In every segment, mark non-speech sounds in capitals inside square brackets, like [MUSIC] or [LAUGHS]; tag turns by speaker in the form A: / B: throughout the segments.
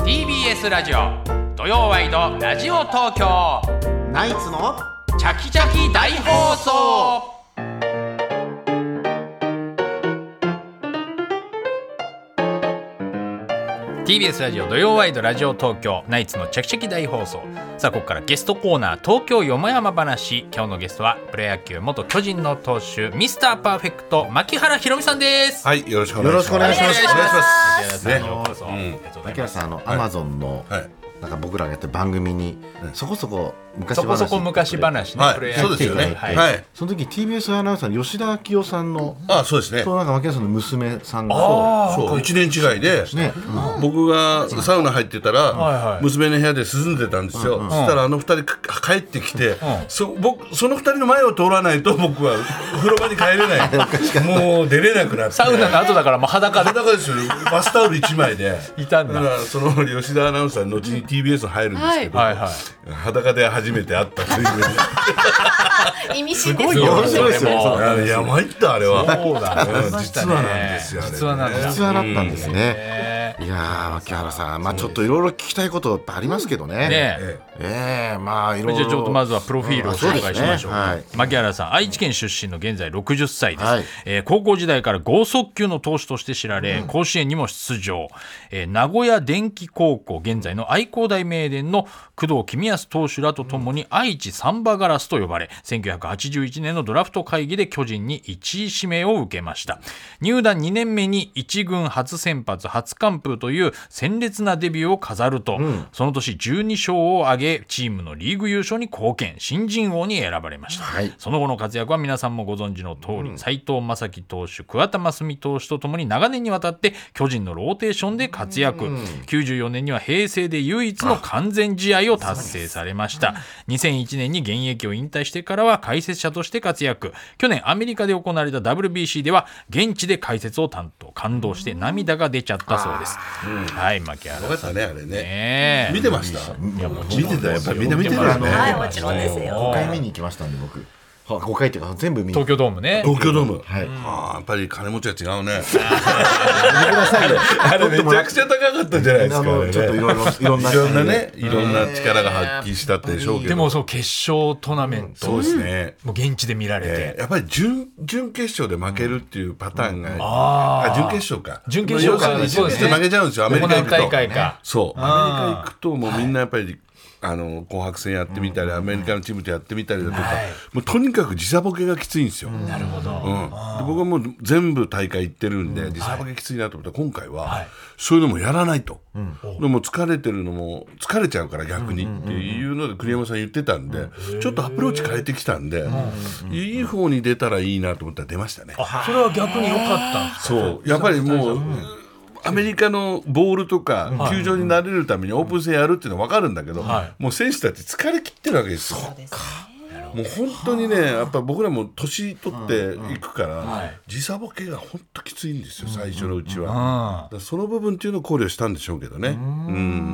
A: TBS ラジオ土曜ワイドラジオ東京
B: ナイツの
A: チャキチャキ大放送TBS ラジオ土曜ワイドラジオ東京ナイツのチャキチャキ大放送さあここからゲストコーナー東京よもやま話今日のゲストはプロ野球元巨人の投手ミスターパーフェクト牧原ひろみさんです
C: はい、よろしくお願いし
B: よ
C: ます。
B: ろしくお願いします
C: お
A: 牧原さん
C: 願いします。ね、
A: ようこそ
C: うん
A: ありがとうござい
B: 槙
A: ま
B: 原
A: す
B: さんあのアマゾンの
C: はい。
B: なんか僕らがやってる番組にそこそこ昔
A: そ
B: 話
A: こそこ昔話ね、
C: はい
A: プロ野球
C: そうですよね
A: はい
C: はい
B: その時 TBS アナウンサーの吉田昭夫さんの
C: あ、そうですね。
B: となんか槙原さんの娘さんが
A: あー
C: そう、一年違いで。
B: ね
C: 僕がサウナ入って
A: は
C: た
A: いは
C: ら
A: い
C: 娘の部屋で涼んでたんですよ、そしたらあの二人か帰ってきて、そ僕その二人の前を通らないと僕は風呂場に帰れないもう出れなくなって
A: サウナの後だからもう裸で
C: 裸ですよねバスタオル一枚で
A: いたんだ
C: からその吉田アナウンサー後に TBS 入るんですけど、
A: はいはい
C: 裸で初めて会ったという
D: 意味深です
A: ごい
B: よ
A: よ
B: 面白いですよね
A: それも
C: あいや参ったあれは
A: そうだ
C: うん実はなんですよあれね
A: 実はなんだ
B: 実話だったんですねいやー槙原さんまあちょっといろいろ聞きたいことやっぱありますけどね
A: ねえ
C: え
B: ええまあいろいろ
A: じゃあちょっとまずはプロフィールを紹介しましょう
B: あそうですね
A: 牧原さん愛知県出身の現在60歳です、
B: はい
A: えー高校時代から剛速球の投手として知られ、甲子園にも出場、えー名古屋電気高校現在の愛工大名電の工藤公康投手らとともに愛知サンバガラスと呼ばれ1981年のドラフト会議で巨人に1位指名を受けました入団2年目に1軍初先発初完封という鮮烈なデビューを飾ると、その年12勝を挙げチームのリーグ優勝に貢献新人王に選ばれました、
B: はい
A: その後の活躍は皆さんもご存知の通り、斎藤正樹投手、桑田真澄投手とともに長年にわたって巨人のローテーションで活躍。94年には平成で唯一の完全試合を達成されました。2001年に現役を引退してからは解説者として活躍。去年アメリカで行われた WBC では現地で解説を担当、感動して涙が出ちゃったそうです。はい、牧
C: えよ
A: 原
C: かっ
A: さん。
C: たねあれね
A: ねえ
C: 見てました見てたやっぱりみんな見てる
B: あ
C: よ
B: の
C: ね
D: はい、もちろんですよ。
B: 5回見に行きましたんで僕5回っていうか全部見に
A: 東京ドームね。
C: 東京ドーム、
B: はい
C: あーやっぱり金持ちは違うね
B: あ
C: [LAUGHS] あれめちゃくちゃ高かったんじゃないですか
B: あ
C: あ
B: の
C: れね
B: ちょっといろいろいろんない
C: ろんなねいろんな力が発揮したってでしょうけど
A: でもそう決勝トーナメント、
C: そうですね、
A: もう現地で見られて。
C: えーやっぱり準準決勝で負けるっていうパターンが、
A: あ
C: あ
A: ー
C: 準決勝か
A: 準決勝か
C: 要するに準決勝で負けちゃうんですよアメリカ行くと
A: 東南大会か
C: そうアメリカ行くともうみんなやっぱり、あの紅白戦やってみたり、アメリカのチームとやってみたりだとか、もうとにかく時差ボケがきついんですよ、
A: なるほど。
C: うん、で僕はもう全部大会行ってるんで、時差ボケきついなと思ったら、今回はそういうのもやらないと、でも疲れてるのも、疲れちゃうから逆にっていうので、栗山さん言ってたんで、ちょっとアプローチ変えてきたんで、いい方に出たらいいなと思ったら出ましたね。
A: それは逆に良かったんです
C: そうやっぱりもう、アメリカのボールとか球場に慣れるためにオープン戦やるっていうのは分かるんだけど、
A: は
C: もう選手たち疲れ切ってるわけですよ。もう本当にね、やっぱ僕らも年取っていくから、時差ボケが本当きついんですよ、最初のうちは。だからその部分っていうのを考慮したんでしょうけどね。うん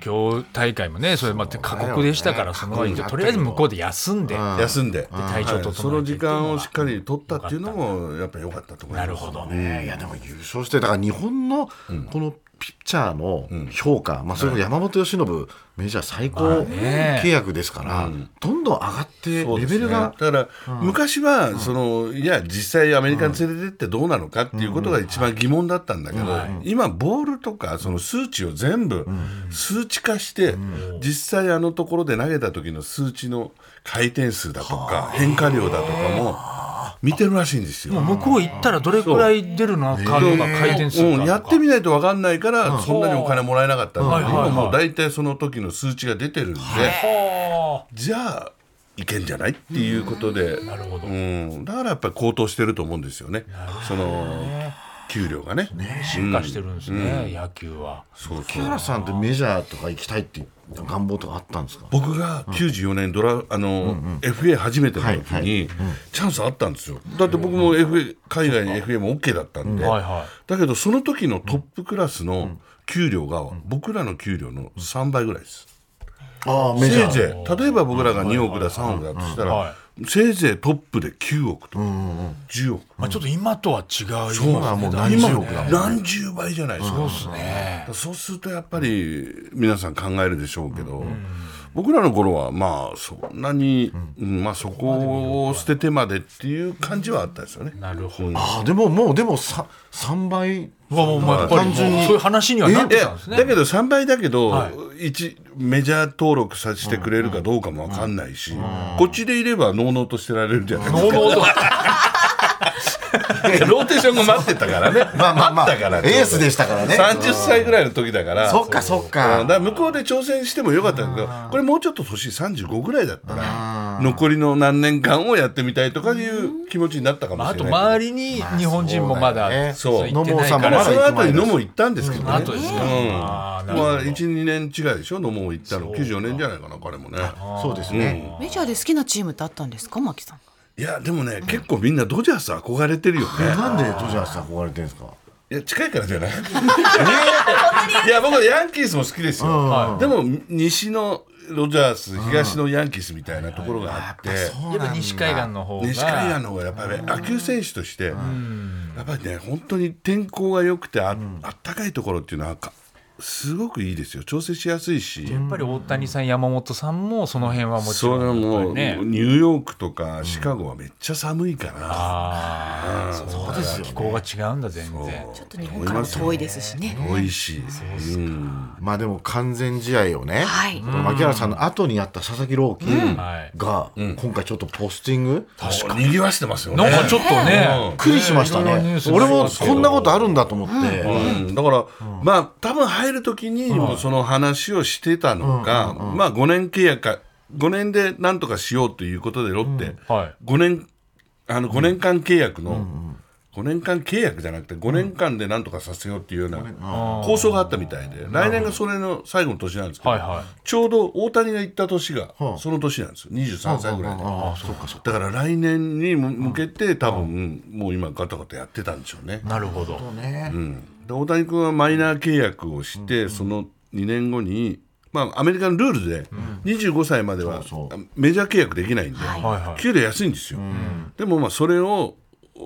A: 東京大会もねそれまた過酷でしたからその
B: 過酷だったけど
A: とりあえず向こうで休んで
B: ん
C: 休んで、
A: 体調整えてっていうのは
C: その時間をしっかり取ったっていうのも、やっぱり良かったと思いま
A: な
C: す。
A: るほど
B: ねえいやでも優勝してだから日本のこのピッチャーの評価、まあ、それこそ山本由伸メジャー最高
A: ね
B: 契約ですから、どんどん上がって
C: そう
B: レ
C: です
B: ベ
C: ね
B: ルが、
C: だから、昔はそのいや実際アメリカに連れてってどうなのかっていうことが一番疑問だったんだけど、今ボールとかその数値を全部数値化して、実際あのところで投げた時の数値の回転数だとか変化量だとかも見てるらしいんですよ。
A: 向こう行ったらどれくらい出るのかとか回転数
C: うん、
A: か
C: やっ
A: と
C: て
A: か
C: みないと分かんないから、そんなにお金もらえなかったんだけど、
A: はいはいはい
C: 今もう大体その時の数値が出てるんで、じゃあいけんじゃないっていうことで、うんだからやっぱり高騰してると思うんですよねその給料がね
A: 進化してるんですね野球は
C: そう
B: 木原さんってメジャーとか行きたいっていう願望とかあったんですか
C: 僕が94年ドラ、あの FA 初めての時
B: はいはい
C: にチャンスあったんですよだって僕も FA 海外に FA も OK だったんで、
A: はいは
C: だけどその時のトップクラスの給料が僕らの給料の3倍ぐらいです。
B: ああメジ
C: せ
B: ャ
C: い
B: ー
C: ぜい例えば僕らが2億だ3億だとした
A: はい
C: らせいぜいトップで9億とか10億
A: まあ、ちょっと今とは違う
C: そう
B: だもう
C: 今
B: 何十億だもんね
C: 何十倍じゃないですか。そうす
A: ね
C: そうするとやっぱり皆さん考えるでしょうけど、僕らの頃はまあそんなに、うんまあそこを捨ててまでっていう感じはあったですよね。
A: なるほど。
B: ああでももうでもさ三倍
A: うわもうまあやっぱりもう
B: 単純に
A: そういう話にはなってたんですね。
C: だけど3倍だけど、
A: は
C: 一メジャー登録させてくれるかどうかもわかんないし、こっちでいればのうのうとしてられるじゃないです
A: ノ
C: か。
A: ーノーと
C: ローテーションが待ってたか
A: [LAUGHS]
C: らね。
B: まあまあまあ
C: ったから
B: エースでしたからね
C: 30歳ぐらいの時だから。
B: そっかそっか
C: うんだから向こうで挑戦してもよかったんだけど、これもうちょっと年35ぐらいだったら、残りの何年間をやってみたいとかいう気持ちになったか
A: ま
C: も
A: ああ
C: しれ
A: と
C: ないけ
A: 周りに日本人もまだ
C: そうだよね
A: 行ってない
B: そう
A: か
C: ど。ま
A: ら
C: あ、そ。の後に野も行ったんですけどね。
A: あとですね。
C: うん
A: あーなるほ
C: ま
A: ど
C: あ、1、2年違いでしょ、野茂行ったの、94年じゃないかな、彼もね。
B: そうですね、
E: メジャーで好きなチームってあったんですか、マキさん。
C: いや、でもね、結構みんなドジャース憧れてるよね。
B: なんでドジャース憧れてるんですか
C: いや、近いからじゃない。いや、僕はヤンキースも好きですよ。でも、西のロジャース、東のヤンキースみたいなところがあって。
A: やっぱ西海岸の方が。
C: 西海岸の方がやっぱり野球選手として、やっぱりね、本当に天候が良くてあ、あったかいところっていうのは、かすごくいいですよ。調整しやすいし。
A: やっぱり大谷さん、山本さんもその辺はもち
C: そ
A: ろ
C: れは
A: んやっぱ
C: も
A: り
C: う、
A: ね。
C: ニューヨークとかシカゴはめっちゃ寒いから、
A: ああ、そうですよ。気候が違うんだ全然。
E: ちょっと日本からも遠いですしね。
C: 美味しい。うん
B: まあでも完全試合をね、
E: はい
B: この牧原さんの後にやった佐々木朗希
A: はい。
B: が、今回ちょっとポスティング、
C: 確かに。賑わしてますよね。
A: なんかちょっと
C: う
A: ね
B: びっ。くりしました
A: いろいろニュ
B: ね
A: ースにな
B: 俺
A: りま
B: も
A: すけど
B: こんなことあるんだと思って、
C: うんだから、まあ多分入る時にもうその話をしてたのか、まあ5年契約か5年でなんとかしようということでロッテ、
A: はい。
C: 5年あの5年間契約の、5年間契約じゃなくて5年間でなんとかさせようっていうような構想があったみたいで来年がそれの最後の年なんですけど、
A: はいはい
C: ちょうど大谷が行った年がその年なんですよ23歳ぐらいで。
B: ああそうかそう
C: だから来年に向けて多分もう今ガタガタやってたんでしょうね。
A: なるほど。
B: かね、
C: で大谷君はマイナー契約をして、その2年後に、まあ、アメリカのルールで25歳までは
B: そうそ
C: メジャー契約できないんで、
A: はいはい
C: 給料安いんですよ、でもまあそれを、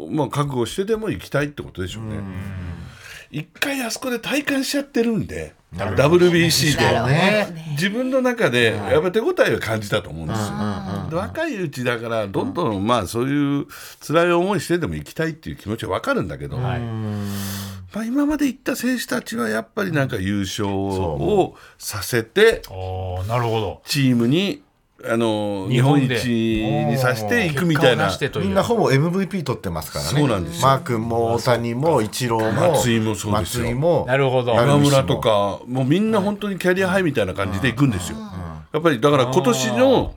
C: まあ、覚悟してでも行きたいってことでしょうね。一回あそこで体感しちゃってるんで、WBC で、
E: なるほど
B: ね
C: 自分の中でやっぱ手応えを感じたと思うんですよ、で若いうちだからどんどんまあそういう辛い思いしてでも行きたいっていう気持ちは分かるんだけど、まあ、今まで行った選手たちはやっぱりなんか優勝をさせて
A: おお、なるほど。
C: チームにあの
A: 日
C: 日
A: 本
C: 本
A: で
C: 一にさせていくみたいな
A: 結果を出してという
B: みんなほぼ MVP 取ってますからね
C: そうなんですよ
B: マー君も大谷もイチローも
C: 松井もそうですよ
B: 松井も
A: なるほど。
B: な
C: 山
B: る
C: 村とかもうみんな本当にキャリアハイみたいな感じで行くんですよ。やっぱりだから今年の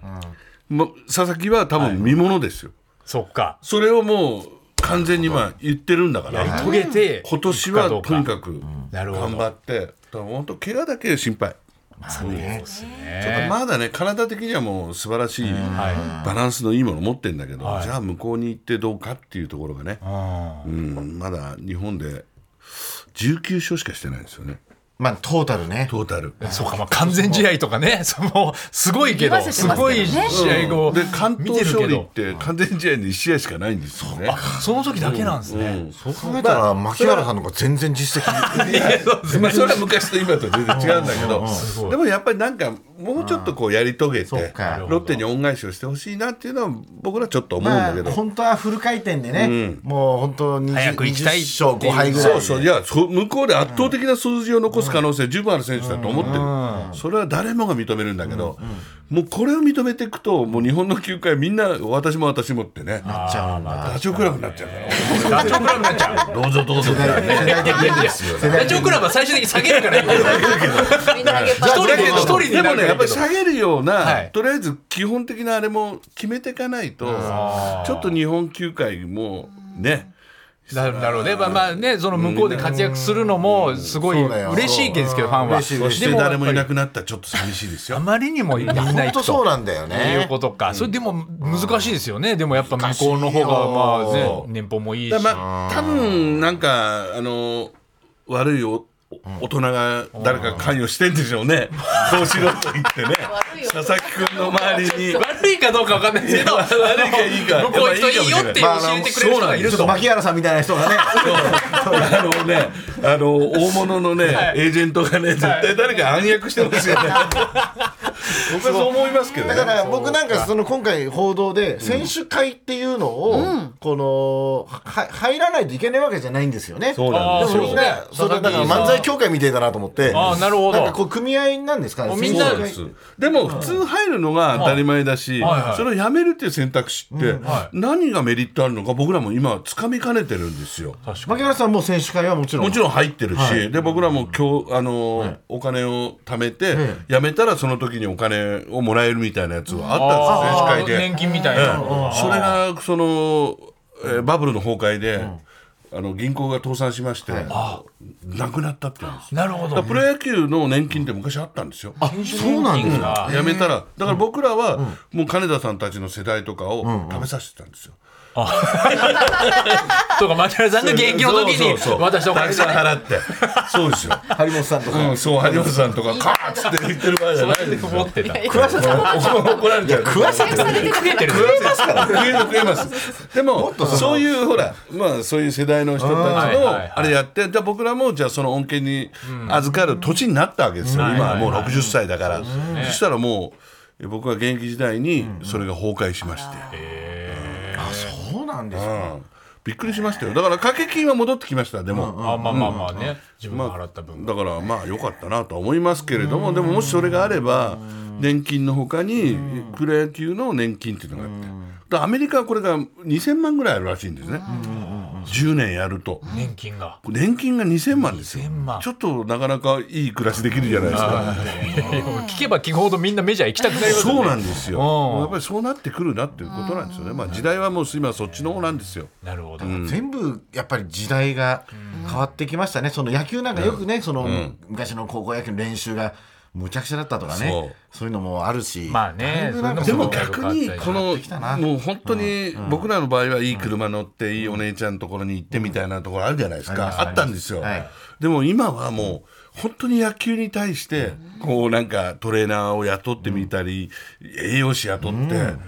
C: ま佐々木は多分見ものですよ。
A: そっか。
C: それをもう完全に今言ってるんだか
A: やり
C: ら
A: 遂げて、
C: 今年はと
A: く。
C: にかく
A: なるほど
C: 頑張ってだから本当怪我だけ心配。
A: そうです
C: ちょっと
A: ね。
C: まだね体的にはもう素晴らしい
A: は
C: バランスのいいもの持ってるんだけど、
A: はい
C: じゃあ向こうに行ってどうかっていうところがね、
A: うん
C: うん、まだ日本で19勝しかしてないんですよね
B: まあトータルね
C: トータル。
A: そうか、まあ、完全試合とかね、 [LAUGHS] そのすごいけど、
D: 見せて
A: す
D: ますけど
A: ご
D: ね
A: い試合を
C: で関
A: 見てる
C: 東勝
A: け
C: 利
A: ど
C: っ、て完全試合に1試合しかないんですよね。
A: その時だけなんですね。
C: うん
B: そう考えたら牧原さんの方が全然実績
C: まあそれは昔と今と全然違うんだけど
A: ごい
C: でもやっぱりなんかもうちょっとこうやり遂げて
B: そうか
C: ロッテに恩返しをしてほしいなっていうのは僕らちょっと思うん
B: ま
C: だけ
B: あ
C: ど、
B: 本当はフル回転でね、もう本当に
A: 早く行きたいっていう
B: 20勝5敗ぐらい
C: そ
B: で
C: うそういやそう向こうで圧倒的な数字を残す可能性十分ある選手だと思ってる、それは誰もが認めるんだけど、もうこれを認めていくともう日本の球界みんな私も私もってね
B: なっちゃうんだ
C: ダチョウ倶楽部になっちゃうから
A: ダチョウクラブになっちゃう。
C: どうぞどうぞ
B: 世代的にですよ
A: ダチョウクラブは最終的に下げるから、
D: みんなあげっぱ
A: 一人で
C: だけど
A: 一人に
C: で
A: な
C: も
A: る
C: ねやっぱり下げるような、
A: はい
C: とりあえず基本的なあれも決めていかないとちょっと日本球界もね
A: なるほどね、まあ、まあね、その向こうで活躍するのも、すごい
B: そうだよ
A: 嬉しいですけど、ファンは。
B: 嬉しい
C: そ
B: 嬉
C: し
A: で
C: て
A: も
C: 誰もいなくなったらちょっと寂しいです
A: あ
C: よ。
A: まりにもみんな
B: 本
A: 行
B: 当
A: く
B: そう
A: と。
B: なんだよ
A: いう
B: ね
A: ことか、それでも難しいですよね、でもやっぱ向こうの方が、まあね、年俸もいいし。
C: だからまあ多分なんかあの悪いお大人が誰か関与してんでしょうね、そうしろと言ってね
D: 悪いよ
C: 佐々木君の周りに
A: 悪いかどうかわかんないですけど、
C: 悪いかいいか
A: 向こう人いいよって教えてくれる人がいる
B: ちょっと
A: と。
B: 牧原さんみたいな人がね
C: あのね、あの大物のね、エージェントがね、絶対誰か暗躍してます [LAUGHS] よね。僕はそう思いますけどね。
B: だから僕なんかその今回報道で選手会っていうのをこのは入らないといけないわけじゃないんですよね
C: そうなんです
A: あー
C: よ。
B: みんなそれだから漫才協会みてえだなと思って
A: あーなるほど
B: なんかこう組合なんですかね
A: みん
C: そう
A: な
C: なんですでも普通入るのが当たり前だし、
A: はいはい
C: それをやめるっていう選択肢って
A: は、
C: 何がメリットあるのか、僕らも今、つかみかねてるんですよ。
B: 牧原さんも選手会はもちろん
C: もちろん入ってるし、で僕らも今日あの、お金を貯めて、辞めたらその時にお金をもらえるみたいなやつはあったんですよ、選手会で。
A: 年金みたいな。
C: それがその、えーバブルの崩壊で、あの銀行が倒産しまして、なくなったって言うんですよ
A: なるほ
C: だから
A: ど。
C: プロ野球の年金って昔あったんですよ。
B: そうなんですか
C: やめたらだから僕らはもう金田さんたちの世代とかを食べさせてたんですよ。
A: とか、町原さんが現役の時に
C: そうそうそう
A: 私のお
C: たく
A: 金じ
C: さん
A: ゃない。
C: 払ってそうですよ。
B: 張本さんとか
C: うん、そう有吉さんとかカーッつって言ってる場合じゃないですよ。
A: 持ってた。
B: 桑下さん
C: 怒られちゃう。食わせて
A: 食えてる。
C: ますから。食える食えます。でもそういうほらまあそういう世代の人たち
A: はいはいはい
C: のあれやって、じゃあ僕らもじゃあその恩恵に預かる土地になったわけですよ。今はもう60歳だから。そしたらもう僕は現役時代にそれが崩壊しまして。
B: そうなんですか
C: うんびっくりしましたよ。だから掛け金は戻ってきました。でも。
A: あ、まあまあまあね。自分が
C: ま
A: 払
C: あ
A: った分。、
C: だからまあ良かったなとは思いますけれどもでももしそれがあれば年金のほかにプロ野球の年金っていうのがあってだからアメリカはこれが2000万ぐらいあるらしいんですね10年やると
A: 年金が。
C: 年金が2000万ですよ
A: 2000万
C: ちょっとなかなかいい暮らしできるじゃないですか
A: 聞けば聞くほどみんなメジャー行きたくなりますよね
C: [LAUGHS] そうなんですよ
A: うん
C: やっぱりそうなってくるなっていうことなんですよねまあ時代はもう今そっちの方なんですよ
A: なるほど。
B: 全部やっぱり時代が変わってきましたね、その野球なんかよくね、その昔の高校野球の練習がむちゃくちゃだったとかね、
C: そ
B: そうういうのもあるし、
A: まあね
B: だいぶなんか
C: で
B: そ
C: も
B: の
C: 逆にこの
B: きたな
C: もう本当に僕らの場合はいい車乗っていいお姉ちゃんのところに行ってみたいなところあるじゃないですか、あったんですよ、
B: はい
C: でも今はもう本当に野球に対してこうなんかトレーナーを雇ってみたり、栄養士雇って、えー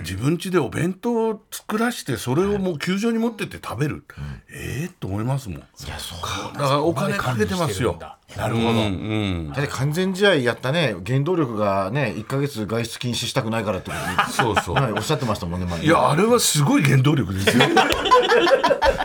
C: 自分家でお弁当を作らしてそれをもう球場に持ってって食べる、ええと思いますもんだからお金かけてますよ
A: なるほど。
C: うんうん
B: だって完全試合やったね、原動力がね、1か月外出禁止したくないからってこと
C: そうそう
B: に、はい、おっしゃってましたもんね、前に
C: いやあれはすごい原動力ですよ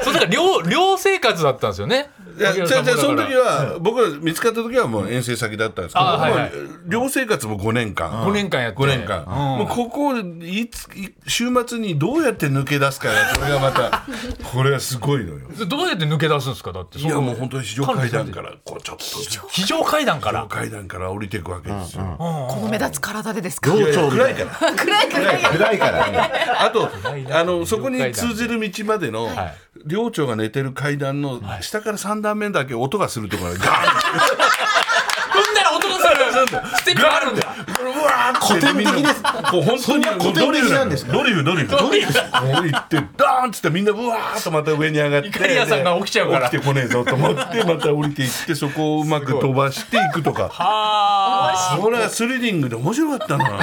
A: そうだから寮寮生活だったんですよね。
C: いや、違う違う、
A: 槙原さん
C: そ
A: も
C: の
A: だか
C: 時
A: ら
C: は、僕ら見つかった時はもう遠征先だったんですけど、
A: あはいはい
C: もう寮生活も5年間。
A: 五年間やって
C: 5年間。もうここ、いつ、い週末にどうやって抜け出すかが、それが
A: [LAUGHS]
C: また、これはすごいのよ。
A: どうやって抜け出すんですかだって。
C: いや、もう本当に非常階段から、こうちょっと、非常
A: 非常階段から。
C: 階段から降りていくわけですよ。
E: この目立つ体でですか。
B: 寮長みたいな
E: 暗い暗い。
B: 暗いからね、
C: あと、あの、そこに通じる道までの
A: はい、
C: 寮長が寝てる階段の、下から3段目だけ音がするところが、ガーン
A: 踏んだら音がする。ステップがあるんだ。
C: うわー古典的です。こう本当にこうドリルなんです。ドリルドリル。ドリル。行ってダーンっつってみんなうわーっとまた上に上がって。
A: イカリアさんが起きちゃうから
C: 起きてこねえぞと思ってまた降りていってそこをうまく飛ばしていくとか。
A: あ
C: それはスリリングで面白かったな。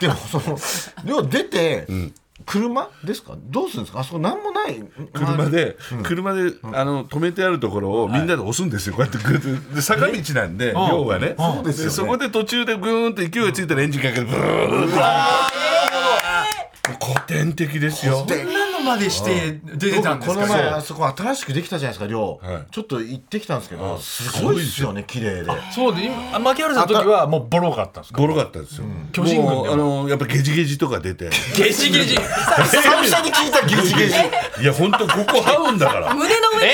B: でもその、寮出て、車ですか、どうするんですか、あそこ、なんもない、
C: 車で車であの止めてあるところをみんなで押すんですよ。こうやってグーッとで坂道なんで要はね。でそこで途中でグーンと勢いがついたらエンジンかけてブーッと。古典的ですよ。
A: あ。こんなのまでして出てたんです
B: こ
A: か。
B: の前あそこ新しくできたじゃないですか寮、ちょっと行ってきたんですけどすごいですよね綺麗で
A: そうで今あ槙原さんの時はもうボロかったんですか。
C: ボロかったですよ。
A: 巨人軍でも
C: もうあのやっぱゲジゲジとか出て、
A: ゲジゲジ。
B: 久々に聞いたギジギジ
C: いや本当ここ這うんだから。
D: 胸の上で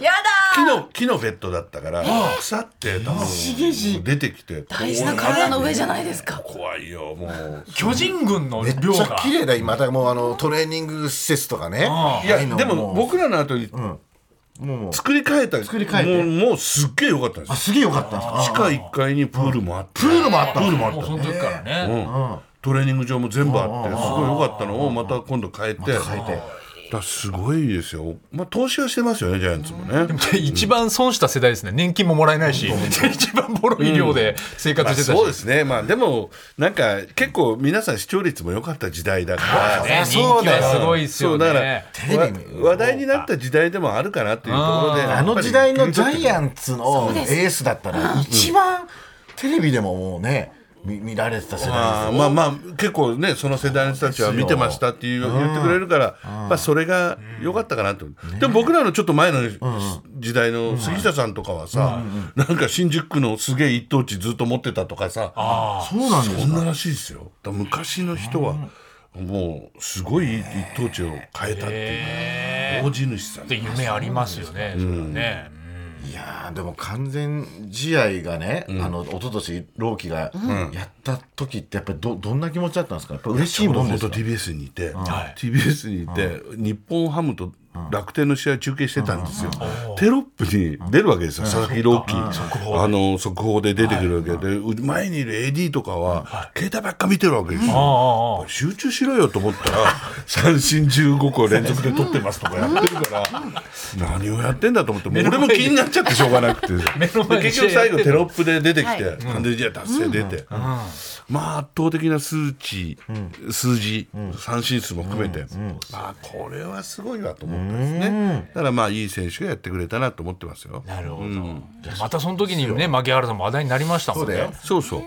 A: え
D: や
C: 木
D: だ
C: の木のベッドだったから腐って多分出てきて
D: 大事な体の上じゃないですか
C: 怖いよもう。
A: 巨人軍の
B: めっ
A: 寮
B: ちゃ
A: が。
B: 綺麗だ今だからもうあのトレーニング施設とかね
A: あ
C: いやでも僕らの後に
B: もう
C: 作り変えた
B: 作り変えて
C: もうもうすっげえ良かったんです
B: あ
C: よ。
B: すげえよかったんです
C: 地
B: か
C: 下1階にプールもあって、
B: プールもあった
C: プールもあ
A: もう
C: った
A: その時からね。
C: うんトレーニング場も全部あってすごい良かったのをまた今度変えて
B: 変えて
C: からすごいですよ、まあ、投資はしてますよねジャイアンツもね。
A: 一番損した世代ですね年金ももらえないし一番ボロ医療で生活
C: まあ
A: してたし、
C: そうですね、まあ、でも、なんか結構、皆さん視聴率も良かった時代だから、
A: ね
B: そ
A: 人
B: う
A: 気
B: だよ
A: はすごいです
C: そ
A: よ
C: うだから
A: ね
B: レビに
C: わ話題になった時代でもあるかなっていうところで、
B: あの時代のジャイア
C: ン
B: ンツのエースだったら一番テレビでももうね見見られてた世代
C: まあまあ、結構ね、その世代の人たちは見てましたっていう言ってくれるから、まあ、それが良かったかなと、でも僕らのちょっと前の時代の杉下さんとかはさ、なんか新宿区のすげえ一等地ずっと持ってたとかさ、
B: そうなん
C: そんならしいですよ。だから昔の人は、もう、すごい一等地を変えたっていう、大地主さん
A: で。夢ありますよね、それはね
B: いやーでも完全試合がね、あの一昨年朗希がやった時ってやっぱりどどんな気持ちだったんですかやっぱ嬉しいもん
C: 本
B: です
C: 当
B: か
C: TBS にいて、TBS にいて、日本ハムと楽天の試合中継してたんですよ、テロップに出るわけですよ、佐々木朗希、あの速報で出てくるわけで、う前にいる AD とかは、携帯ばっか見てるわけですよ。
A: ああ
C: 集中しろよと思っ
A: [LAUGHS]
C: たら三振15個連続で取ってますとかやってるから何をやってんだと思ってもう俺も気になっちゃってしょうがなく
A: [LAUGHS]
C: て
A: の前
C: で
A: に
C: 結局
A: [LAUGHS]
C: 最後テロップで出てきて
E: は
C: 完全試合達成出てまあ圧倒的な数値数字三振数も含めてまあこれはすごいわと思ったんですねだからまあいい選手がやってくれたなと思ってますよ
A: なるほど、またその時にね槙原さんも話題になりましたもん
B: そうだ
A: ね
B: よ
C: そうそう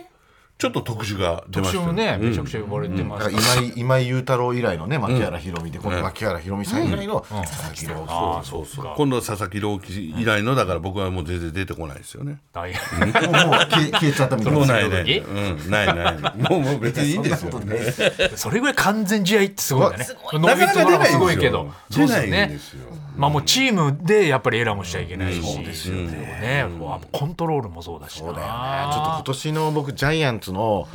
C: ちょっと特殊が出まし
A: 私
C: たよ
A: もね、めちゃくちゃ呼ばれてま
B: だか
A: し
B: ら
A: た
B: 今井今井雄太郎以来のね牧原宏美で、今度牧原宏美さん以来の佐々木朗希、
A: ああそうそう
C: 今度は佐々木朗希以来のだから僕はもう全然出てこないですよね
A: 大変
B: もう消え消えちゃったみたい
C: もうない
B: ね
C: ね。
A: え
C: うん、ないない。もうもう別にいいんですよ。
A: それぐらい完全試合ってすごいんだね。ノーヒット
C: な
A: ノーランも
C: かなか出ないんですよ
A: すごいけど。そうで
C: 出な
A: す
C: いん
A: ね
C: で。すよ。
A: まあもうチームでやっぱりエラーもしちゃいけないし。そうです
B: よ
A: ね。もうコントロールもそうだしな。
B: ちょっと今年の僕ジャイアンツの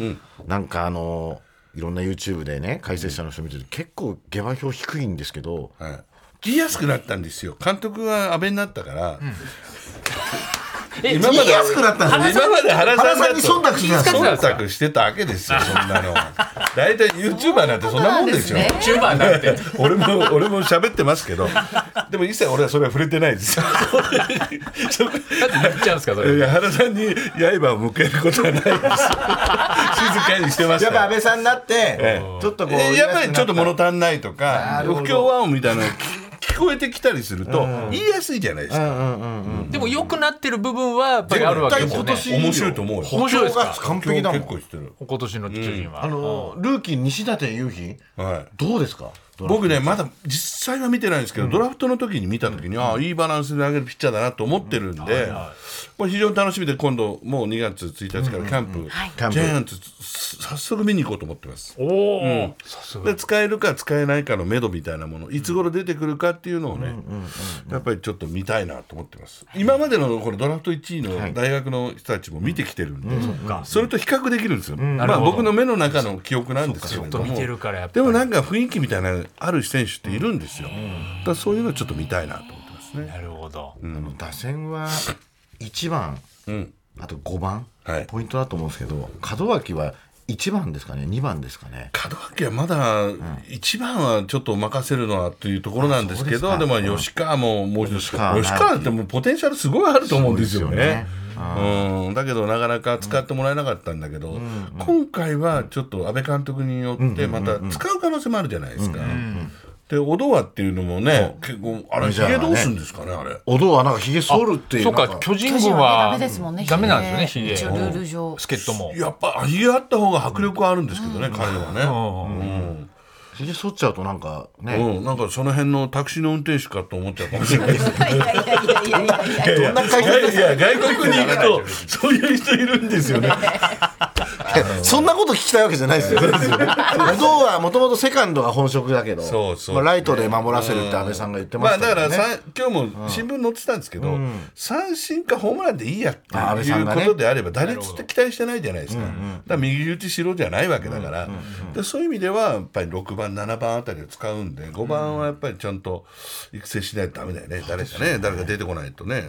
B: なんかあのいろんな YouTube でね解説者の人見てて結構下馬評低いんですけど
C: はい言いやすくなったんですよ。監督は安倍になったから。
A: え
C: 今まで
B: 安くなったんです
C: 今まで原さ
B: 原
C: んだ
B: さん
C: と
B: に忖度するなんて
C: 忖度してたわけですよ。そんなの。大体ユーチューバーなんてそんなもんですよ。
A: チューバーになって。
C: 俺も俺も喋ってますけど、でも一切俺はそれは触れてないです。 [LAUGHS]
A: だって言っちゃうんですか、そ
C: い
A: れ。
C: や原さんに刃を向けることはないです。静かにしてまし
B: や
C: たよ。
B: っぱ安倍さんになって
C: え
B: ちょっとこう
C: えやっぱりちょっと物足んないと
B: な
C: か
B: るほど
C: 不協和音みたいなのが聞聞こえてきたりすると言いやすいじゃないですか、
A: でも良くなってる部分はやっぱりあるわけですよね
B: 絶。対
C: 面白いと思うよ
A: 面白いですか
B: 補強が完璧だもん
C: 結構してる、
A: 今年の巨人は。
B: あのルーキー西舘勇陽
C: はい、
B: どうですか
C: 僕ねまだ実際は見てないんですけど、ドラフトの時に見た時に、ああいいバランスで投げるピッチャーだなと思ってるんで、これ非常に楽しみで今度もう2月1日からキャンプ、
B: キャンプ
C: ジャイアンツ早速見に行こうと思ってます
A: おお。さすが
C: で。使えるか使えないかの目処みたいなものいつ頃出てくるかっていうのをね、やっぱりちょっと見たいなと思ってます今までのこれドラフト1位の大学の人たちも見てきてるんで、
A: か
C: それと比較できるんですよ、
A: な
C: ま
A: る
C: あ
A: ほど
C: 僕の目の中の記憶なんですけれ
A: ちょ
C: ど
A: っと見
C: も
A: てるからやっぱ
C: で
A: り
C: もなんか雰囲気みたいなのある選手っているんですよ、だからそういうのちょっと見たいなと思ってますね
A: なるほど。
B: あの打線は1番
C: うん
B: あと5番
C: はい
B: ポイントだと思うんですけど門脇は1番ですかね2番ですかね
C: 門脇はまだ一番はちょっと任せるのはというところなんですけど、
B: あそうです
C: で
B: か
C: も吉川ももう一度吉
B: 吉川
C: 川ってもうポテンシャルすごいあると思うんですよ
B: そうですよ
C: ね
B: ね。
C: うん、だけどなかなか使ってもらえなかったんだけど、今回はちょっと安倍監督によってまた使う可能性もあるじゃないですか。で小戸和っていうのもね結構あれ
B: メ
C: ひ
B: ジャー
C: げ
B: がね
C: どうするんですかねあれ。
B: お堂はなんかひげ剃るっていう
A: そう
B: な
A: か
B: ん、
A: 巨人
E: 巨人
A: 軍は
E: はねダメですもんね。
A: ダメなんですよね、ヒ
E: 一応ル
A: ゲ。
E: ール上。
A: 助っ人も。
C: やっぱひげあった方が迫力はあるんですけどね、彼らはね。うん
B: ひげ剃っちゃうとなんかね
C: うん、なんかその辺のタクシーの運転手かと思っちゃうかもしれないです
E: いやいやいやいやいやいや。
B: どんな会社
C: [LAUGHS] いや [LAUGHS] いや外国に行くとそういう人いるんですよね。
B: そんなこと聞きたいわけじゃないですよ。そうですよねお堂はもともとセカンドが本職だけど、
C: そうそう
B: まあライトで守らせるって安倍さんが言ってま
C: ま
B: し
C: あ
B: た
C: だから
B: ね。
C: さん今日も新聞載ってたんですけど、三振かホームランでいいやって
B: あ安倍
C: い
B: さ
C: うん
B: が
C: こ
B: ね
C: とであれば打率って期待してないじゃないですか。だから右打ちしろじゃないわけだから、でそういう意味ではやっぱり六番七番あたりを使うんで、五番はやっぱりちゃんと育成しないとダメだよね。誰かね誰か出てこないとね。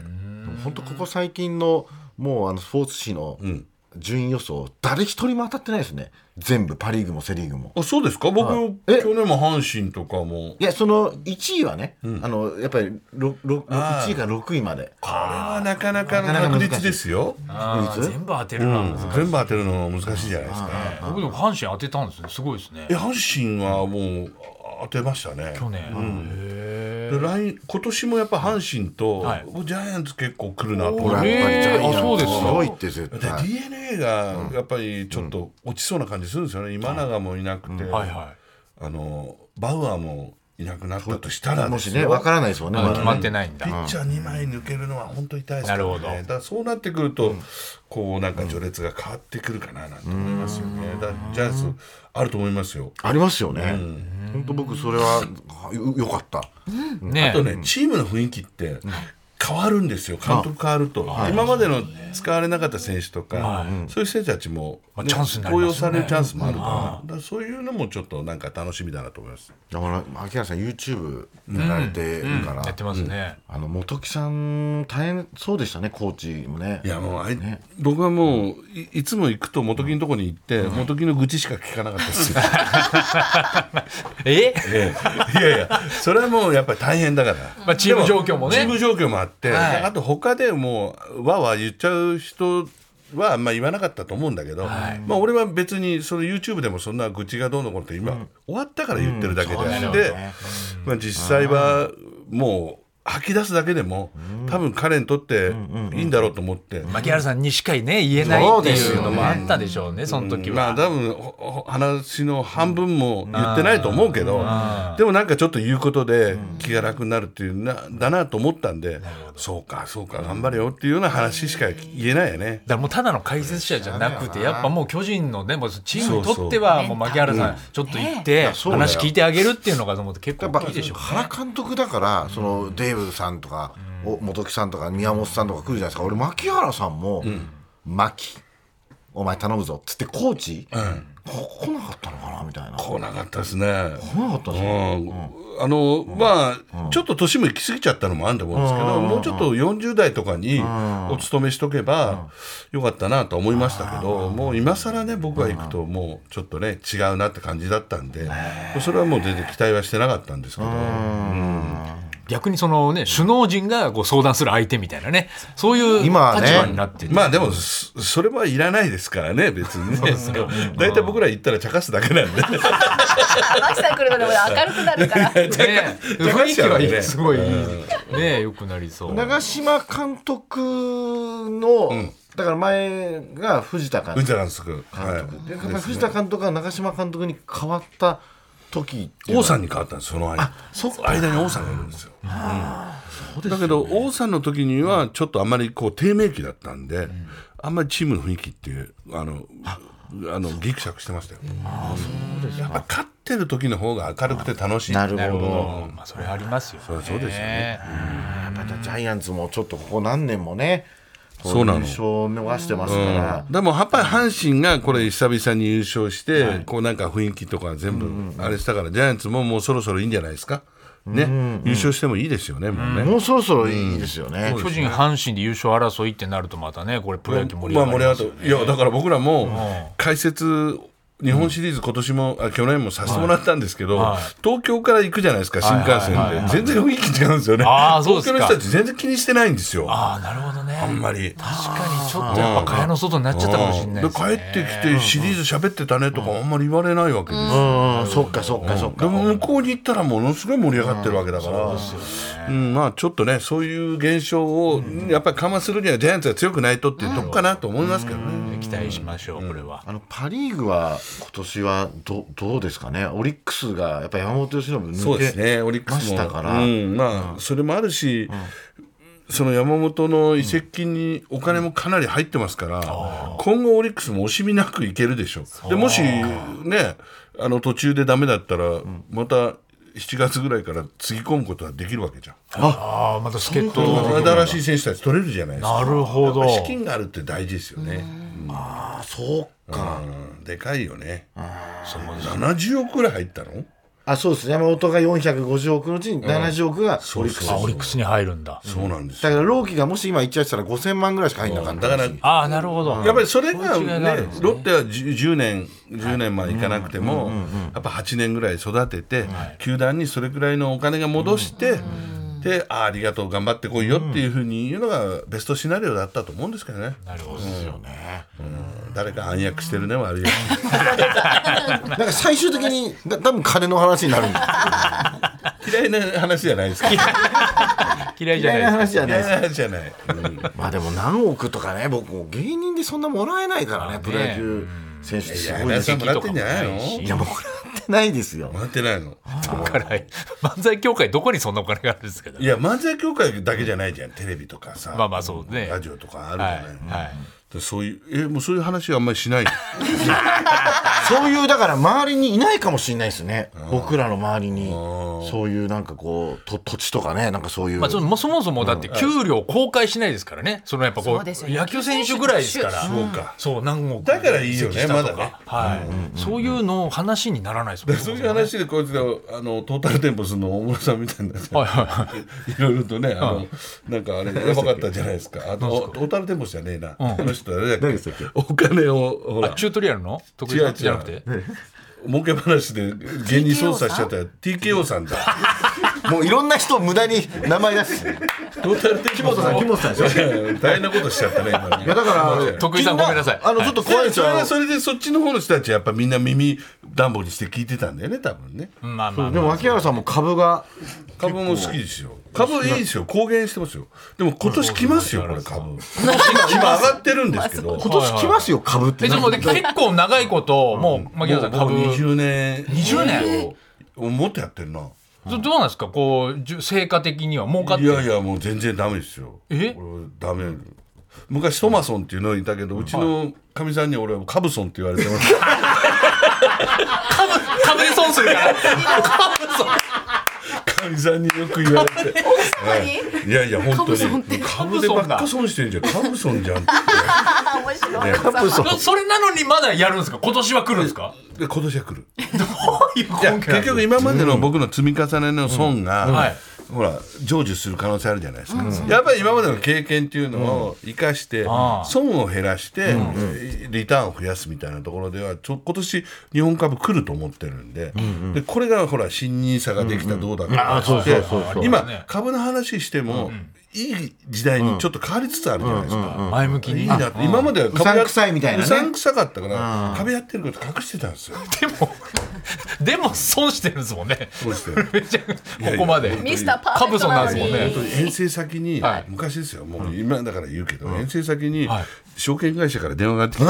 B: 本当ここ最近のもうあのスポーツ紙の順位予想誰一人も当たってないですね全部パ・リーグもセ・リーグも
C: あそうですか僕、
B: え
C: 去年も阪神とかも
B: いやその1位はね、あのやっぱりろろ
C: あー
B: 1位から6位まで
C: これはなかなかの
B: なかなか
C: 確
B: 難しい
C: 率ですよ、
A: あー
B: いつ
A: 全部当てる
C: う
A: な、
C: ん、全部当てるの難しいじゃないですか
A: 僕でも阪神当てたんですねすごいですね
C: え阪神はもうあ当てましたね
A: 去年、へ
C: で来今年もやっぱ阪神と、
A: はい
C: 僕ジャイアンツ結構来るなと
B: ほ
C: 思
B: ら
C: って
A: へ
B: やっぱりジャイアンツ
A: あそうですか
B: 強いって絶
C: で
B: 対
C: d n a がやっぱりちょっと落ちそうな感じするんですよね、今永もいなくて、
A: えはいは
C: あのバウアーもいなくなったとしたら
B: も
C: で
B: し
C: す
B: ね
C: よ
B: わからないですもんね
A: い、
B: まだね
A: 決まってないんだ、
C: ピッチャー2枚抜けるのは本当に痛いですから、ね、
A: なるほど
C: だからそうなってくると、こうなんか序列が変わってくるかななんて思いますよね、だからジャイアンツあると思いますよ。
B: ありますよね、本当僕それはよよかった、
A: ね
C: あとね、チームの雰囲気って変わるんですよ、監督変わると、今までの使われなかった選手とか、そういう選手たちも、
A: まあチャンスになり
C: 登
A: ま
C: 用
A: すよ
C: さ
A: ね
C: れるチャンスもあるから、だからそういうのもちょっとなんか楽しみだなと思います。
B: だから秋原さん YouTube やられてるから、
A: やってますね、
B: あの元木さん大変そうでしたねコーチもね
C: いやもうあい
B: ね
C: 僕はもういいつも行くと元木のとこに行って、元木の愚痴しか聞かなかったですよ
A: え
C: ええいやいやそれはもうやっぱり大変だから、
A: まあチーム状況もね
C: チーム状況もあって、
A: はい
C: あと他でもうわーわー言っちゃう人はあんま言わなかったと思うんだけど、まあ、俺は別にその YouTube でもそんな愚痴がどうのこうのって今、終わったから言ってるだけで、
B: うんそうだよ
C: で
B: ね、
C: まあ、実際はもう吐き出すだけでも、多分彼にとっていいんだろうと思って、
A: 槙原さんにしかね言えないっていうのもあったでしょうねその時は、
C: まあ多分ほほ話の半分も言ってないと思うけど、でもなんかちょっと言うことで気が楽になるっていうな、だなと思ったんでそうかそうか頑張れよっていうような話しか言えないよね。
A: だからもうただの解説者じゃなくてやっぱもう巨人のねもうチームにとってはもう槙原さんちょっと行って
B: そうだよ
A: 話聞いてあげるっていうのがもう結構
B: やっぱ
A: 大きいでしょうね
B: 原監督だからそのデーブさんとか、お元木さんとか宮本さんとか来るじゃないですか俺牧原さんも「牧、お前頼むぞ」っつってコーチ、こ来なかったのかなみたいな来
C: 来なかったですね。
B: なかった
C: う
B: ね
C: んあのまあ、ちょっと年も行き過ぎちゃったのもあると思うんですけど、もうちょっと40代とかにお勤めしとけばよかったなと思いましたけど、もう今更ね僕が行くともうちょっとね違うなって感じだったんで、それはもう全然期待はしてなかったんですけど、
A: 逆にそのね首脳陣がこう相談する相手みたいなねそういう立
B: 今はね
A: 場になってて
C: まあでもそそれはいらないですからね別にねそれは大体僕ら行ったら茶化すだけなん [LAUGHS] で
E: マキさん来るので明るくなるから。
A: ね
C: 高橋
A: 雰囲気はい
C: さんはね
A: いすごいいいねよくなりそう
B: 長嶋監督の、だから前が藤田監督
C: 藤田監督、は
B: でやっぱり藤田監督が長嶋監督に変わった時って
C: い、
B: いうの
C: 王
B: は
C: さんに変わったんですその間そ間に王さんがいるんですよ。だけど王さんの時にはちょっとあまりこう低迷期だったんで、あんまりチームの雰囲気ってあのあのギクシャクしてましたよ。やっぱ勝ってる時の方が明るくて楽しい。
B: なる
A: なる
B: ほ
A: ほ
B: ど
A: どまあそれありますよ
C: そりゃそうですよね
B: またジャイアンツもちょっとここ何年もねこ
C: そうなの
B: 優勝を逃してますから、
C: でもやっぱり阪神がこれ久々に優勝して、こうなんか雰囲気とか全部あれしたからジャイアンツももうそろそろいいんじゃないですか。ね、優勝してもいいですよね、もうね。
B: もうそろそろいいですよね、
A: 巨人阪神で優勝争いってなるとまたねこれプロ野球盛り
C: ま
A: 上
C: あ
A: が
C: 盛
A: り
C: り
A: ま
C: 上
A: すよ
C: がったいやだから僕らも解説日本シリーズ今年も、あ去年もさせてもらったんですけど、
A: はい
C: 東京から行くじゃないですか新幹線で、
A: はいはいはいはい
C: 全然雰囲気違うんですよね
A: あーそうです
C: 東
A: か
C: 京の人たち全然気にしてないんですよ
A: あ
C: あ
A: あなるほどね
C: んまり
A: 確かにちょっとやっぱ蚊帳の外になっちゃったかもしれないですね
C: うんで帰ってきてシリーズ喋ってたねとかあんまり言われないわけですよ、
B: うん、そっかそっかそっ
C: で
B: か、
C: も向こうに行ったらものすごい盛り上がってるわけだから、うんまあちょっとねそういう現象をやっぱり緩和するにはジャイアンツが強くないとっていうとこかなと思いますけどね、
A: 期待しましょうこれは
B: あのパ・リーグは今年はどどうですかねオリックスがやっぱ山本由伸抜け
C: そうですね、オリックス
B: まし
C: も。
B: たから
C: うん、まあ、それもあるし、その山本の移籍金にお金もかなり入ってますから、今後オリックスも惜しみなくいけるでしょう。で、もしね、あの途中でダメだったら、また7月ぐらいからつぎ込むことはできるわけじゃん。
A: ああまた助っ人
C: 新しい選手たち取れるじゃないですか。
A: なるほど
C: やっぱ資金があるって大事ですよね。
B: あそうか
C: うんでかいよね。70億ぐらい入ったの
B: あそうです山本が450億のうちに70億がオリックスです、
A: あオリックスに入るんだ、
C: そうなんです
B: だ
C: よ
B: から朗希がもし今行っちゃってたら5000万ぐらいしか入んなかった
C: だから
B: し
A: ああなるほど、
C: やっぱりそれ
A: こ
C: が
A: ういう違いがあるん
C: ね
A: ですね
C: ロッテは 10, 10年10年までいかなくてもやっぱ8年ぐらい育てて球団にそれくらいのお金が戻してであーありがとう頑張ってこいよっていうふうに言うのがベストシナリオだったと思うんですけどね
A: なるほど
C: 誰か暗躍してるね悪いやつ
B: なんか最終的にだ多分金の話になるんだ
C: [LAUGHS] 嫌いな話じゃないですか嫌
A: 嫌
C: い
A: いじゃ
B: 嫌いな
A: ないです
B: 話じゃない
C: な
B: です
C: 話じゃない、うん
B: まあでも何億とかね僕もう芸人でそんなもらえないからねプロ野球選手ってすごい
C: いや
B: です
C: そ
B: よ
C: うもらってんじゃないの
B: いやもらってないですよ
C: もらってないの
A: だから漫才協会どこにそんなお金があるんですけど
C: いや漫才協会だけじゃないじゃんテレビとかさ
A: まあまあそうね
C: ラジオとかあるじ
A: はい
C: ゃない、
A: はい
C: でそういうえもうそういう話はあんまりし
A: [LAUGHS]
C: ない
B: そういうだから周りにいないかもしれないですね僕らの周りにそういうなんかこうと土地とかねなんかそういう
A: まあ、そのそもそもだって給料公開しないですからね、そのやっぱこう
E: そうですよね
A: 野球選手ぐらいですから、
E: そう
C: か
A: そう何億
C: だからいいよ
A: 移
C: ね
A: 籍したとか
C: まだね
A: はいそういうのを話にならないですもん
C: そういう話でこいつがあのトータルテンポスの大村さんみたいない
A: はいはいは
C: ろいろとねあのなんかあれやばかったじゃないですかあのトータルテンポスじゃねえな、あの人誰だっけお金をほ
A: い
C: ら
A: チュートリアルの得
C: 違う違
A: 意
C: う
A: じゃなくて
C: 儲け話で芸人操作しちゃった TKO さんだ [LAUGHS]
B: もういろんな人を無駄に名前出す
C: トータルテンポ
B: 本
C: ス木
B: さん木本さんで
C: 大変なことしちゃったね今ね
B: いやだから
A: 徳井さん
B: み
A: ごめんなさい
B: あのちょっと怖いんです
C: そ
B: よ
C: れはそれでそっちの方の人たちはやっぱみんな耳暖房にして聞いてたんだよね多分ね
A: うんまあまあ
B: でも秋原さんも株が
C: 株も好きですよ株いいですよ公言してますよでも今年来ますよこれ株今上がってるんですけ [LAUGHS] ど
B: 今年来ますよ株って
A: えでもね結構長いこともう牧野さん
C: もう
A: 株
C: もう
A: ど
C: 20年
A: 20年
C: 以上もっとやってるな
A: どうなんですかこうじゅ成果的には儲かって
C: い
A: る
C: やいやもう全然ダメですよ
A: え
C: 俺ダメ昔トマソンっていうのいたけどうちのかみさんに俺はカブソンって言われてま [LAUGHS] した
A: 株で損するから株損
C: かみさんによく言われていやいや本当に株でばっか損してんじゃんカブソンじゃんって
E: あ面白い。
A: そそれなのにまだやるんですか今年は来るんですか
C: で今年は来る
A: いや
C: いや結局今までの僕の積み重ねの損が、
A: んはい
C: ほら成就する可能性あるじゃないですか、やっぱり今までの経験っていうのを生かして、
A: ああ
C: 損を減らして、リターンを増やすみたいなところではちょ今年日本株来ると思ってるんで,、でこれがほら新ニーサができたどうだとか
B: そう
C: で
B: そうそうそう
C: 今株の話しても、いい時代にちょっと変わりつつあるじゃないですか。
A: 前向き
C: いい
A: に
C: なって今までは株
B: うさ
C: や
B: んくさいみたいなね
C: うさんくさかったから株やってること隠してたんですよ。
A: でも、でも損してるんですもんね。
C: そうして
A: めちゃく
C: いやい
A: こ
C: や
A: こまで。
E: ミスターパーフェクトなの
A: カブソンなんですもん
E: に。
A: ね
C: 本当に遠征先に、
A: はい
C: 昔ですよもう今だから言うけど、遠征先に
A: はい
C: 証券会社から電話があってき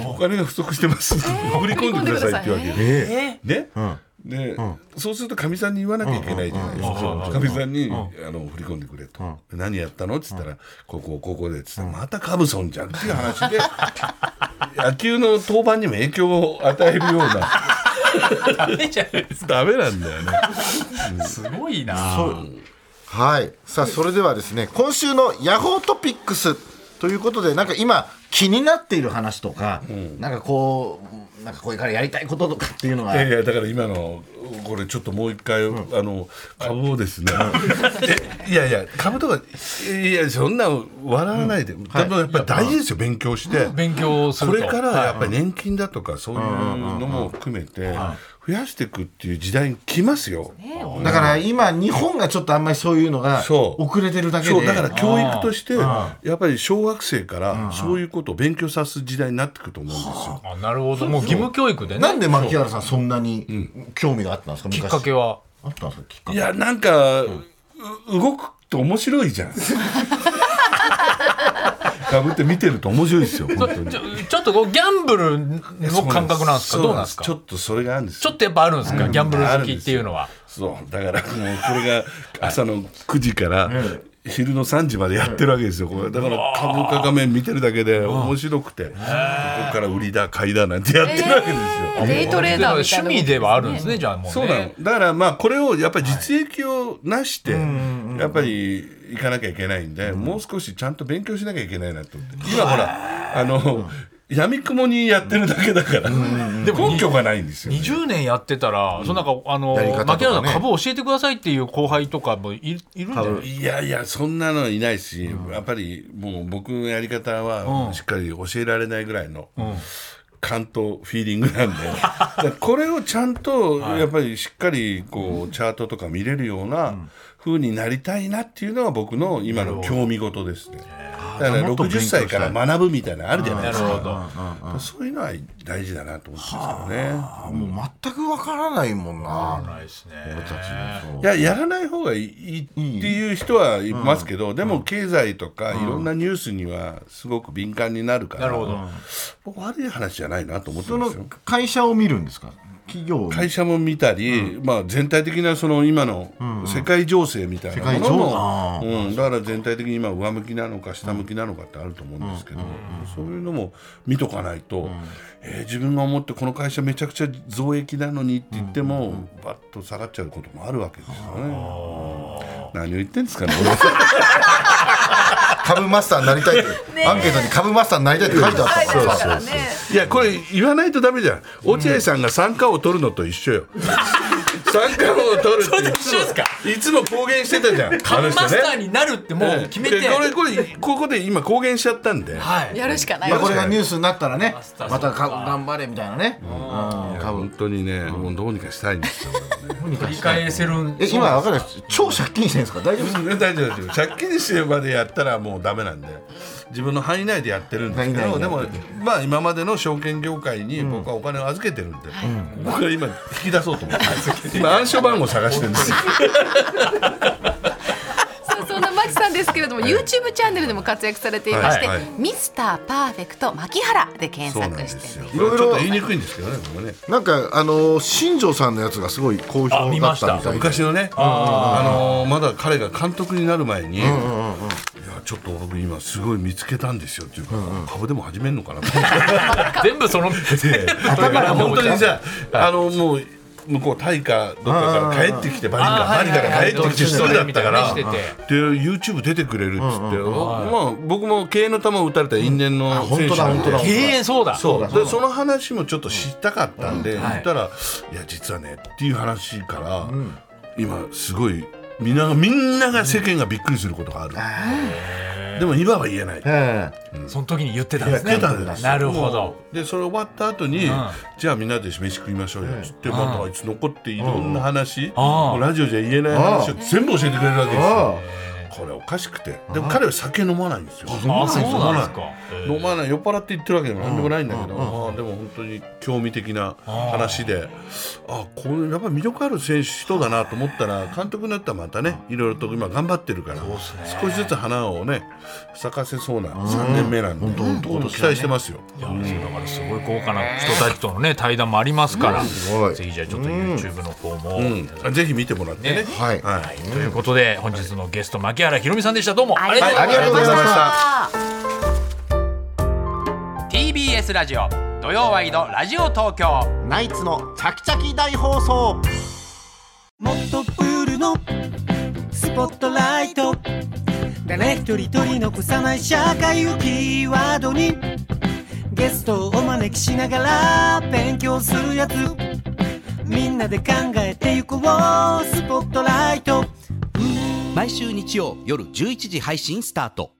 C: て、お金が不足してます、振り込んでくださいって言われて、ね、で、そうするとかみさんに言わなきゃいけないじゃないですかかみ、さんに、あの振り込んでくれと、何やったのって言ったら、ここここでっつって、またカブソンじゃんっていう話で [LAUGHS] 野球の登板にも影響を与えるような
A: ダメじゃないです
C: [LAUGHS] ダメなんだよね。
A: か。すごいな。
B: はいさあそれではですね今週のヤホートピックスということでなんか今気になっている話とか、なんかこうなんかこれからやりたいこととかっていうのが
C: いやいやだから今のこれちょっともう一回、あの株をですねえいやいや株とかいやそんな笑わないで、でもやっぱり大事ですよ勉強して、
A: 勉強する。
C: ことれからやっぱり年金だとかそういうのも含めて増やしていくっていう時代に来ますよ、
B: だから今日本がちょっとあんまりそういうのが
C: そう
B: 遅れてるだけ
C: そう
B: で
C: だから教育としてやっぱり小学生からそういうことを勉強さす時代になってくると思うんですよ。
A: あなるほど。もう義務教育で
B: なん
A: ね。
B: で牧原さんそんなに興味があったんですか
A: き
B: 昔
A: っかけは。
B: あったんですかきっか
C: い
B: け
C: やなんか、う動くと面白い
A: [LAUGHS]
C: じゃん。株って見てると面白いですよ本当に。
A: ちょちょっとこうギャンブルの感覚なんですか
C: そう
A: どうなんですか
C: ちょっとそれがあるんです
A: ちょ
C: よ。
A: っとやっぱあるんですかギャンブル
C: あ
A: 好
C: るん
A: き
C: ですよ
A: っていうのは。
C: そうだからもうこれが朝の9時から昼の3時までやってるわけですよ。これだから株価画面見てるだけで面白くてここから売りだ買いだなんてやってるわけですよ。
E: デイトレーダーみたいな。
A: 趣味ではあるんですね、じゃあもうね。
C: そうなの。だからまあこれをやっぱり実益をなして、やっぱり行かなきゃいけないんで、もう少しちゃんと勉強しなきゃいけないなと思って。今ほら、あの、闇雲にやってるだけだから、でも根拠がないんですよ、ね。
A: 20年やってたら、そのなんか、あの、
B: やり方とかね
A: 槙原さん株教えてくださいっていう後輩とかもいるいるんじゃない
C: いやいや、そんなのいないし、やっぱりもう僕のやり方
A: うん
C: はしっかり教えられないぐらいの。感とフィーリングなんでだからこれをちゃんとやっぱりしっかりこうチャートとか見れるような風になりたいなっていうのが僕の今の興味事ですねだから
B: もっと勉強
C: 60
B: したい
C: 歳から学ぶみたいなのあるじゃな
A: な
C: い
A: る
C: ですか
A: ほど。
C: そういうのは大事だなと思うんですけどね
B: あもう全くわからないもんな
A: ないですね。
B: 俺たちも
C: いややらない方がいいっていう人はいますけど、でも経済とかいろんなニュースにはすごく敏感になるから、
A: なるほど。
C: 僕悪い話じゃないなと思って
B: そうそ
C: ま
B: の
C: すよ。
B: 会社を見るんですか企業を
C: 会社も見たり、まあ、全体的なその今の世界情勢みたいなものも、
B: 世界
C: うんだから全体的に今上向きなのか下向きなのかってあると思うんですけど、そういうのも見とかないと、えー自分が思ってこの会社めちゃくちゃ増益なのにって言っても、バッと下がっちゃうこともあるわけですよね。何を言ってんですかね俺は
B: 株マスターになりたい [LAUGHS] ってアンケートに株マスターになりたいって書いてあった
E: そ
B: か
E: う
B: ら
E: だ
B: さ
E: からね。
C: [LAUGHS] いやこれ言わないとダメじゃん落合さんが参加を取るのと一緒 [LAUGHS] よ参加を取るってい
A: それと一緒ですか
C: つもいつも公言してたじゃん
A: 株マスタ
C: あの人ね
A: ーになるってもう決めて。
C: でこれこれここで今公言しちゃったんで、
A: はい。
D: やるしかない
B: ま
D: です
B: あこれがニュースになったらね
A: スター
B: またか頑張れみたいなねうん株
C: 本当にね、もうどうにかしたいんですよ
A: 繰り返せるん。
B: え今わかる超借金してるんですか大丈夫ですか
C: 大丈夫大丈夫借金してまでやったらもうダメなんで自分の範囲内でやってるんですけ
B: 範
C: ど
B: 囲内で
C: でもまあ今までの証券業界に僕はお金を預けてるんで、僕は今引き出そうと思って今暗証番号探してるんですよ
D: さあ [LAUGHS] そんな牧さんですけれども YouTube チャンネルでも活躍されていまして
C: はいはい
D: 「ミスターパーフェクト牧原」で検
C: そうなんで
D: 索して
C: すよ
D: ね。
C: いろいろちょっと言いにくいんですけどね僕ね
B: なんかあの新庄さんのやつがすごい好評だった
A: あ見
B: み
A: ました
B: たいで
C: 昔のねあのーまだ彼が監督になる前に、いやちょっと僕今すごい見つけたんですよっていうか、株でも始めるのかなと思って
A: 全部その。
C: だから本当にさ、あのもう向こうタイかどっかから帰ってきてバリ
A: あ
C: か
A: ーはい
C: バリから帰ってきて一人だったか
A: は
C: ら
A: い
C: で
A: はいはい
C: YouTube 出てくれるっつって、まあ僕も経営の玉を打たれた因縁の選手
B: あ
C: なん
B: 本当だ本当だ
C: で
A: 経営そうだ。
C: そうでその話もちょっと知ったかったんで、
A: ん
C: 言ったら、い、や実はねっていう話から、今すごいみんながみんなが世間がびっくりすることがある、でも今は言えない、
B: ええ
A: その時に言ってたんですね。
C: 言ってたんですよ
A: なるほど。
C: でそれ終わった後に、じゃあみんなで飯食いましょうよっつって、またあいつ残っていろんな話、もうラジオじゃ言えない話を全部教えてくれるわけです
B: あ
C: よこれおかしくてでも彼は酒飲まないんですよ
A: あ、そうなんですか。
C: 飲まない酔っ払って言ってるわけでも何でもないんだけど、まあ、でも本当に興味的な話であこれやっぱり魅力ある選手人だなと思ったら監督になったらまたねいろいろと今頑張ってるから、少しずつ花をね咲かせそうな3年目なんで、本当期待してますよ。
A: いやそうだからすごい豪華な人たちとのね対談もありますから、
B: ごい
A: ぜひじゃあちょっと YouTube の方も、
C: うん、ぜひ見てもらってね
A: ね
B: はい
C: はい
A: ということで本日のゲスト牧原ひろみさんでしたどうもありがとうございました
B: ありがとうございました。
A: TBS ラジオ土曜ワイドラジオ東京
F: ナイツのチャキチャキ大放送
G: もっとプールのスポットライト誰一人取り残さない社会をキーワードにゲストをお招きしながら勉強するやつみんなで考えてゆこうスポットライト
H: 毎週日曜夜11時配信スタート